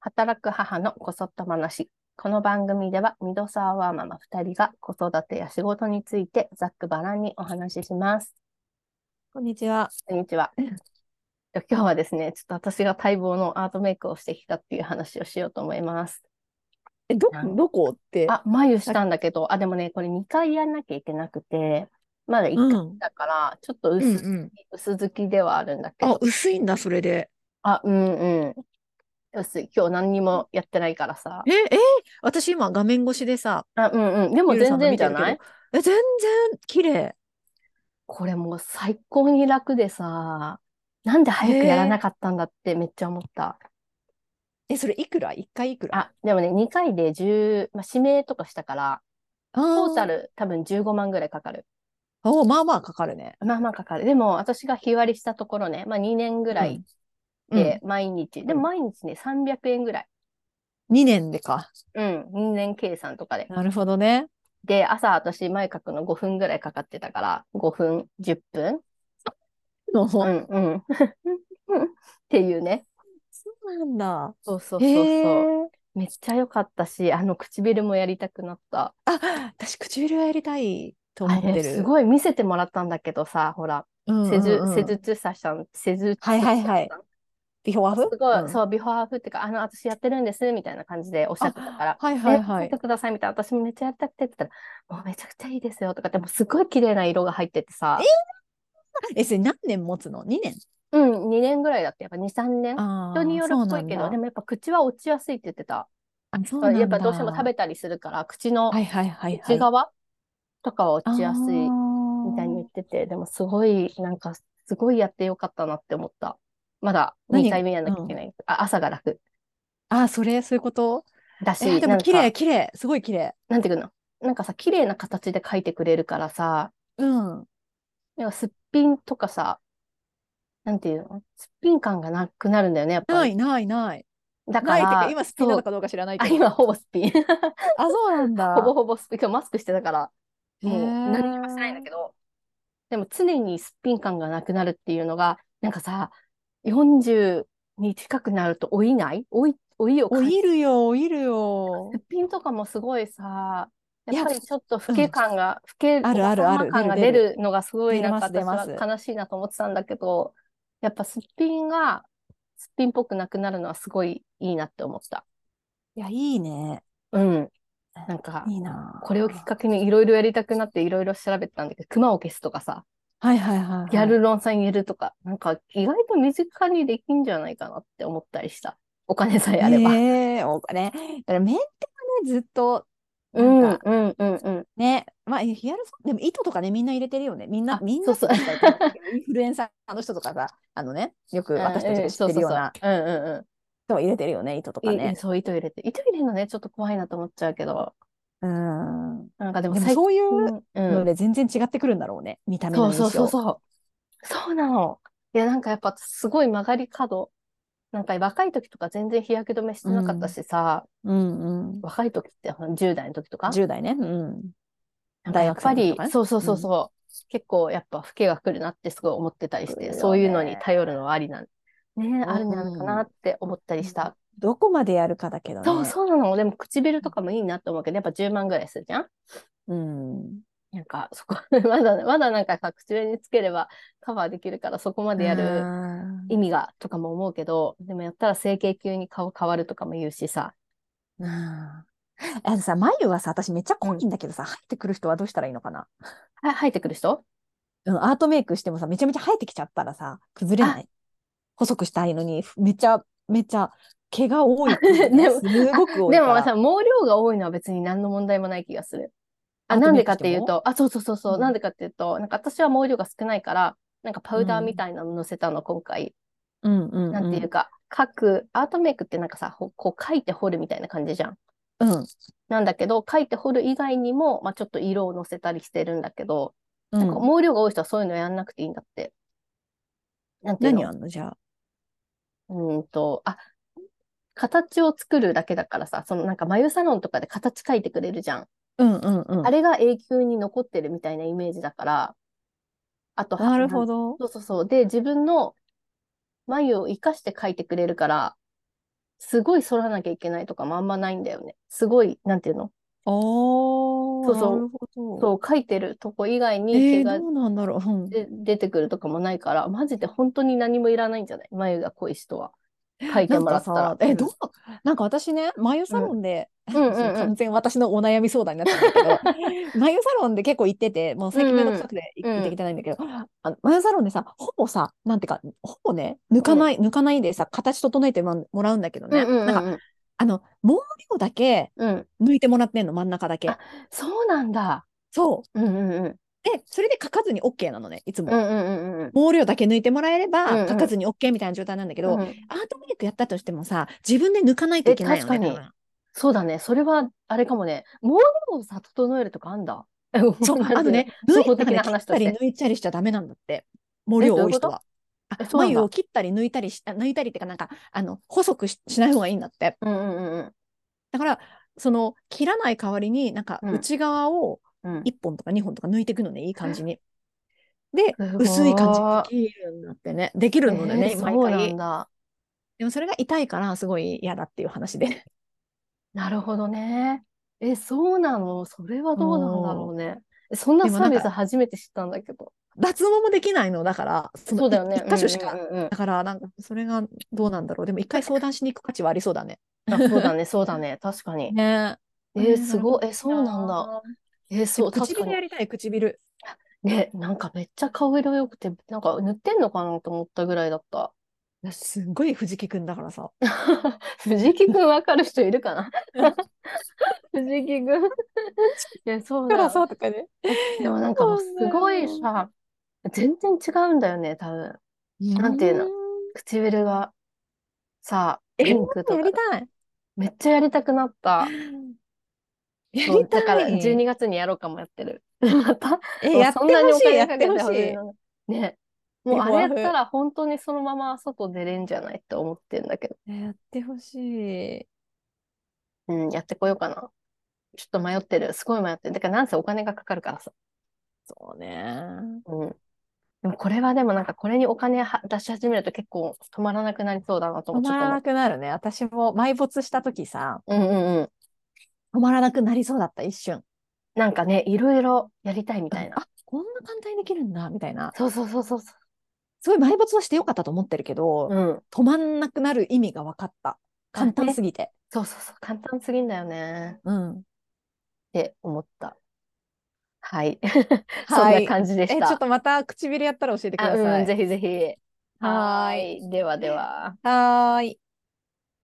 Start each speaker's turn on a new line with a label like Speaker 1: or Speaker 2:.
Speaker 1: 働く母のこそっと話。この番組では、ミドサーワーママ2人が子育てや仕事についてざっくばらんにお話しします。
Speaker 2: こんにちは。
Speaker 1: こんにちは。じゃあ今日はですね、ちょっと私が待望のアートメイクをしてきたっていう話をしようと思います。
Speaker 2: え、ど
Speaker 1: なん、
Speaker 2: どこって。
Speaker 1: あ、眉したんだけど、あ、でもね、これ2回やんなきゃいけなくて、まだ1回
Speaker 2: うん
Speaker 1: だから、ちょっと
Speaker 2: うん
Speaker 1: 薄,、
Speaker 2: うん。
Speaker 1: 薄付きではあるんだけ
Speaker 2: あ
Speaker 1: ど、、
Speaker 2: 薄いんだ、それで。
Speaker 1: あ、うんうん。薄い。今日何にもやってないからさ。
Speaker 2: え、え、私今画面越しでさ、
Speaker 1: あ、うんうん。でも
Speaker 2: ゆる
Speaker 1: 全
Speaker 2: さんの
Speaker 1: 然
Speaker 2: 見
Speaker 1: じ
Speaker 2: て
Speaker 1: ゃ
Speaker 2: るけど
Speaker 1: ない
Speaker 2: え、全然綺麗。
Speaker 1: これもう最高に楽でさ、なんで早くやらなかったんだってめっちゃ思った。
Speaker 2: え、それいくら一回いくら
Speaker 1: あ、でもね、2回で10、まあ、指名とかしたから、
Speaker 2: あ
Speaker 1: ト
Speaker 2: ー
Speaker 1: ータル多分15万ぐらいかかる。
Speaker 2: おまあまあかかるね。
Speaker 1: まあまあかかる。でも私が日割りしたところね、まあ2年ぐらい
Speaker 2: うん。
Speaker 1: で毎日、でも毎日ね、300円ぐらい。
Speaker 2: うん、2年でか。
Speaker 1: うん、2年計算とかで。
Speaker 2: なるほどね。
Speaker 1: で、朝私前書くの5分ぐらいかかってたから、5分、10分。
Speaker 2: の
Speaker 1: う
Speaker 2: そ
Speaker 1: んうん。 っていうね。
Speaker 2: うなんだ。
Speaker 1: そうそう
Speaker 2: へ
Speaker 1: そうそう。
Speaker 2: え。
Speaker 1: めっちゃ良かったし、あの唇もやりたくなった。
Speaker 2: あ、私唇はやりたいと思
Speaker 1: あ
Speaker 2: って
Speaker 1: れ、
Speaker 2: る。
Speaker 1: すごい見せてもらったんだけどさ、ほら、
Speaker 2: うんうんう
Speaker 1: 施
Speaker 2: ん
Speaker 1: 術、施術者さん、施術
Speaker 2: はいはいはい
Speaker 1: 者さん
Speaker 2: ビフォーアフ
Speaker 1: すごい、
Speaker 2: うん
Speaker 1: そう、ビフォーアフっていうか、あの、私やってるんです、みたいな感じでおっしゃってたから、
Speaker 2: はい
Speaker 1: え、
Speaker 2: はいは
Speaker 1: 見
Speaker 2: い
Speaker 1: て。ください、みたいな、私もめっちゃやりたくてって言ったら、もうめちゃくちゃいいですよ、とかって、もうすごい綺麗な色が入っててさ、
Speaker 2: え、それ何年持つの ?2 年。
Speaker 1: うん、2年ぐらいだって、やっぱ2、3年。
Speaker 2: あー
Speaker 1: 人によるっぽいけ
Speaker 2: そうな
Speaker 1: ど、
Speaker 2: ん
Speaker 1: で
Speaker 2: だ
Speaker 1: もやっぱ口は落ちやすいって言ってた。
Speaker 2: あ、そうなんだ。
Speaker 1: やっぱどうしても食べたりするから、口の
Speaker 2: はいはいはいはい。
Speaker 1: 内側とかは落ちやすい。み
Speaker 2: み
Speaker 1: たいに言ってて、でもすごい、なんか、すごいやってよかったなって思った。まだ
Speaker 2: 何
Speaker 1: 2回目やんなきゃいけない。あ朝が楽
Speaker 2: あー、それ、そういうこと
Speaker 1: だし、
Speaker 2: えーで
Speaker 1: な
Speaker 2: も
Speaker 1: ん
Speaker 2: 綺麗、
Speaker 1: か、
Speaker 2: 綺麗、すごい綺麗。
Speaker 1: なんていうのなんかさ、綺麗な形で描いてくれるからさ、
Speaker 2: うん。
Speaker 1: なんかすっぴんとかさ、なんていうのすっぴん感がなくなるんだよね、やっぱ
Speaker 2: な
Speaker 1: り。
Speaker 2: いないない。
Speaker 1: だか
Speaker 2: ないっていう
Speaker 1: ら、
Speaker 2: か、今スピンな
Speaker 1: そ
Speaker 2: の
Speaker 1: う
Speaker 2: かどうか知らない
Speaker 1: あ
Speaker 2: けど。
Speaker 1: 今 ほぼスピン。
Speaker 2: あ、そうなんだ。
Speaker 1: ほぼほぼスピン。今日マスクしてたから、もう
Speaker 2: へー
Speaker 1: 何にもしてないんだけど、でも常にすっぴん感がなくなるっていうのが、なんかさ、40に近くなると老いない老い、老いを
Speaker 2: 老
Speaker 1: 感じ
Speaker 2: い
Speaker 1: る。
Speaker 2: るよ、老いる よ
Speaker 1: すっ。ぴんとかもすごいさ、
Speaker 2: い
Speaker 1: や
Speaker 2: や
Speaker 1: っぱりちょっと老け感が、老け、
Speaker 2: あるある
Speaker 1: お
Speaker 2: ある
Speaker 1: ばさま感が
Speaker 2: 出
Speaker 1: 出
Speaker 2: る出る
Speaker 1: るのがすごい、なんか
Speaker 2: 出
Speaker 1: 私
Speaker 2: ます
Speaker 1: は
Speaker 2: 出ます
Speaker 1: 悲しいなと思ってたんだけど、やっぱすっぴんが、すっぴんっぽくなくなるのはすごいいいなって思った。
Speaker 2: いや、いいね。
Speaker 1: うん。なんか、
Speaker 2: いいな。
Speaker 1: これをきっかけにいろいろやりたくなっていろいろ調べてたんだけど、クマを消すとかさ、
Speaker 2: はいはいはいはい。
Speaker 1: ギャルロンさん入れるとか、なんか意外と身近にできんじゃないかなって思ったりした。お金さえあれば。
Speaker 2: ねえお金。だからメンテはね、ずっと、
Speaker 1: う
Speaker 2: なん
Speaker 1: ん、う
Speaker 2: か
Speaker 1: ん、うん、うん。
Speaker 2: ね、まあ、えヒアルさん、でも糸とかね、みんな入れてるよね。みん
Speaker 1: あ
Speaker 2: な、みんな
Speaker 1: そうそう
Speaker 2: って言ったらいいと思うけどインフルエンサーの人とかさ、あのね、よく私たちが知ってるような
Speaker 1: うんうん、そうそうそううん、うん、うん。
Speaker 2: 人は入れてるよね、糸とか
Speaker 1: いい
Speaker 2: ね。
Speaker 1: そう、糸入れて。糸入れるのね、ちょっと怖いなと思っちゃうけど。
Speaker 2: うん。
Speaker 1: なんかで
Speaker 2: で
Speaker 1: も
Speaker 2: も
Speaker 1: 最近、
Speaker 2: そういう
Speaker 1: うん、
Speaker 2: ので全然違ってくるんだろうね、見た目
Speaker 1: そ
Speaker 2: の
Speaker 1: うそ
Speaker 2: 印
Speaker 1: うそう
Speaker 2: 象。
Speaker 1: そう。そうなの。いや、なんかやっぱすごい曲がり角。なんか若い時とか全然日焼け止めしてなかったしさ、
Speaker 2: うんうん。
Speaker 1: 若い時ってほら10代の時とか
Speaker 2: 10代ね。うん。
Speaker 1: なんかやっぱ
Speaker 2: 大学生の時
Speaker 1: り
Speaker 2: とか、ね
Speaker 1: そうそうそうそう、結構やっぱ老けが来るなってすごい思ってたりし
Speaker 2: 来る
Speaker 1: て、
Speaker 2: よね
Speaker 1: そういうのに頼るのはありなん、ね、あるんじゃないかなって思ったりした。
Speaker 2: どこまでやるかだけどね。
Speaker 1: そうそうなの。でも唇とかもいいなと思うけど、やっぱ10万ぐらいするじゃん
Speaker 2: うん。
Speaker 1: なんかそこ、 まだ、まだなんかさ、唇につければカバーできるからそこまでやる
Speaker 2: あー
Speaker 1: 意味がとかも思うけど、でもやったら整形級に顔変わるとかも言うしさ、
Speaker 2: あー。あのさ、眉はさ、私めっちゃ濃いんだけどさ、入ってくる人はどうしたらいいのかな。
Speaker 1: は生えてくる人
Speaker 2: うん、アートメイクしてもさ、めちゃめちゃ生えてきちゃったらさ、崩れない。細くしたいのに、ふめちゃめちゃ毛が多いってい
Speaker 1: で
Speaker 2: うね。
Speaker 1: も
Speaker 2: すごく多い
Speaker 1: で
Speaker 2: か
Speaker 1: も
Speaker 2: ら。
Speaker 1: さ、毛量が多いのは別に何の問題もない気がする。あ、
Speaker 2: あ
Speaker 1: なん
Speaker 2: とメ
Speaker 1: で
Speaker 2: イク
Speaker 1: かっ
Speaker 2: してて
Speaker 1: いう
Speaker 2: も
Speaker 1: と、あ、そうそうそうそう、
Speaker 2: うん
Speaker 1: なんでかっていうと、なんか私は毛量が少ないから、なんかパウダー
Speaker 2: うん
Speaker 1: みたいなの乗せたの、今回。
Speaker 2: うんうんうん。
Speaker 1: なんていうか、描く、アートメイクってなんかさ、ほこう描いて彫るみたいな感じじゃん。
Speaker 2: うん。
Speaker 1: なんだけど、描いて彫る以外にも、まあちょっと色を乗せたりしてるんだけど、
Speaker 2: う
Speaker 1: なんか
Speaker 2: ん。
Speaker 1: 毛量が多い人はそういうのやんなくていいんだって。なんていうの
Speaker 2: 何あんのじゃあ。
Speaker 1: うーんと、あ、形を作るだけだからさ、そのなんか眉サロンとかで形描いてくれるじゃん。
Speaker 2: うんうんうん。
Speaker 1: あれが永久に残ってるみたいなイメージだから、あと、
Speaker 2: なるほ
Speaker 1: ど。
Speaker 2: ど。
Speaker 1: そうそうそう。で、自分の眉を生かして描いてくれるから、すごい反らなきゃいけないとかもあんまないんだよね。すごい、なんていうの
Speaker 2: そう
Speaker 1: そう
Speaker 2: なるほど。
Speaker 1: そう、書いてるとこ以外に
Speaker 2: え
Speaker 1: 毛
Speaker 2: ー、
Speaker 1: が
Speaker 2: どうなんだろう。うん
Speaker 1: で出てくるとかもないから、マジで本当に何もいらないんじゃない眉が濃い人は。書いてもらった
Speaker 2: なん
Speaker 1: ら
Speaker 2: か。さ、え、
Speaker 1: ん
Speaker 2: どう、なんか私ね、眉サロンで、
Speaker 1: うんうんうん
Speaker 2: 完全に私のお悩み相談になっちゃうんだけ ど、眉サロンで結構行ってて、もう最近めんどくさくて
Speaker 1: うんうん
Speaker 2: 行ってきてないんだけど、あの眉サロンでさ、ほぼさ、なんていうか、ほぼね、抜かない、抜かないでさ、形整えてもらうんだけど
Speaker 1: うん
Speaker 2: ね、
Speaker 1: うんう
Speaker 2: なんか、
Speaker 1: んうん
Speaker 2: あの、毛量だけ
Speaker 1: うん。
Speaker 2: 抜いてもらってんの、真ん中だけ
Speaker 1: あ。そうなんだ。
Speaker 2: そう。
Speaker 1: うんうんうん。
Speaker 2: で、それで書かずに OK なのね、いつ
Speaker 1: う
Speaker 2: も。
Speaker 1: んうんうんうん。
Speaker 2: 毛量だけ抜いてもらえれ
Speaker 1: うんう
Speaker 2: ば、
Speaker 1: ん
Speaker 2: 書かずに OK みたいな状態なんだけど、
Speaker 1: うん
Speaker 2: アートメイクやったとしてもさ、自分で抜かないといけないよね。
Speaker 1: え確かに
Speaker 2: 多分
Speaker 1: そうだね。それは、あれかもね。毛量をさ、整えるとかあんだ。
Speaker 2: そう、あとね、
Speaker 1: 初
Speaker 2: 抜
Speaker 1: 歩
Speaker 2: い
Speaker 1: 的
Speaker 2: なん
Speaker 1: な
Speaker 2: か
Speaker 1: 話
Speaker 2: ね切っ
Speaker 1: と
Speaker 2: た
Speaker 1: し
Speaker 2: り
Speaker 1: て。
Speaker 2: 抜いたりしちゃダメなんだって。毛量多い人は。あ
Speaker 1: えそうなんだ
Speaker 2: 眉を切ったり抜いたりし、あ抜いたりってか、なんか、あの、細くししない方がいいんだって。
Speaker 1: うんうんうん
Speaker 2: だから、その、切らない代わりに、なんか、
Speaker 1: うん
Speaker 2: 内側を
Speaker 1: うん。うん
Speaker 2: 1本とか2本とか抜いていくのね、いい感じに。で、
Speaker 1: すごい
Speaker 2: 薄い感じにできるようになってね、できるのでね、
Speaker 1: えー
Speaker 2: 毎
Speaker 1: そうなん
Speaker 2: 回。
Speaker 1: だ。
Speaker 2: でもそれが痛いから、すごい嫌だっていう話で。
Speaker 1: なるほどね。え、そうなのそれはどうなんだろうね。えそんな
Speaker 2: でもな
Speaker 1: サー
Speaker 2: んか
Speaker 1: ビス初めて知ったんだけど。
Speaker 2: 脱毛もできないの、だから、その
Speaker 1: そうだよね。
Speaker 2: 1箇所しか
Speaker 1: うんうんうん
Speaker 2: だから、なんか、それがどうなんだろう。でも、一回相談しに行く価値はありそうだね。
Speaker 1: あそうだね、そうだね。確かに。
Speaker 2: ね
Speaker 1: えーすごい。え、そうなんだ。。え、そう、確か
Speaker 2: 唇
Speaker 1: に
Speaker 2: や。りたい、唇。
Speaker 1: ね、なんかめっちゃ顔色良くて、なんか塗ってんのかなと思ったぐらいだった。
Speaker 2: すっごい藤木くんだからさ。
Speaker 1: 藤木くんわかる人いるかな 藤木 くん。いや、そうだよ。
Speaker 2: とかね。
Speaker 1: でもなんかもうすごい
Speaker 2: そう
Speaker 1: さ、全然違うんだよね、多分。 なんていうの唇がさ、
Speaker 2: え、
Speaker 1: ピンクと
Speaker 2: や
Speaker 1: か
Speaker 2: り。たい。
Speaker 1: めっちゃやりたくなった。
Speaker 2: や
Speaker 1: そう
Speaker 2: りたい。
Speaker 1: だから12月にやろうかもやってる。 また、
Speaker 2: え、
Speaker 1: もう
Speaker 2: やって
Speaker 1: そん
Speaker 2: ほ
Speaker 1: なにお
Speaker 2: しい、
Speaker 1: 金
Speaker 2: や
Speaker 1: か
Speaker 2: っ
Speaker 1: け
Speaker 2: て
Speaker 1: て
Speaker 2: ほ
Speaker 1: た
Speaker 2: し
Speaker 1: 方がいい
Speaker 2: い。
Speaker 1: のにね。もう
Speaker 2: リ
Speaker 1: あ
Speaker 2: コ
Speaker 1: れや
Speaker 2: ワ
Speaker 1: っ
Speaker 2: フ
Speaker 1: たら本当にそのまま外出れんじゃないって思ってんだけど。
Speaker 2: やってほしい。
Speaker 1: うん、やってこようかな。ちょっと迷ってる。すごい迷ってる。だからなんせお金がかかるからさ。
Speaker 2: そうね。
Speaker 1: うん。でもこれはでもなんかこれにお金は出し始めると結構止まらなくなりそうだなと
Speaker 2: 止
Speaker 1: もちょ
Speaker 2: ま
Speaker 1: っと
Speaker 2: ら
Speaker 1: 思っ
Speaker 2: なくなるね。私も埋没した時さ、
Speaker 1: た。うんうんうん。
Speaker 2: 止まらなくなりそうだった、一瞬。
Speaker 1: なんかね、いろいろやりたいみたいな。
Speaker 2: あ、こんな簡単にできるんだ、みたいな。
Speaker 1: そうそうそうそうそ
Speaker 2: すごい埋没はしてよかったと思ってるけど、
Speaker 1: う。うん。
Speaker 2: 止まんなくなる意味が分かった。簡単すぎて。
Speaker 1: そうそうそう。簡単すぎんだよね。
Speaker 2: うん。
Speaker 1: って思った。はい。 そん
Speaker 2: は。
Speaker 1: ない感じで
Speaker 2: え、ち
Speaker 1: し
Speaker 2: ょ
Speaker 1: た。
Speaker 2: っとまた唇やったら教えてく
Speaker 1: あ
Speaker 2: だ
Speaker 1: う
Speaker 2: さ
Speaker 1: ん、
Speaker 2: い。
Speaker 1: ぜひぜひ。
Speaker 2: はーい。
Speaker 1: ーい。ではでは。
Speaker 2: はーい。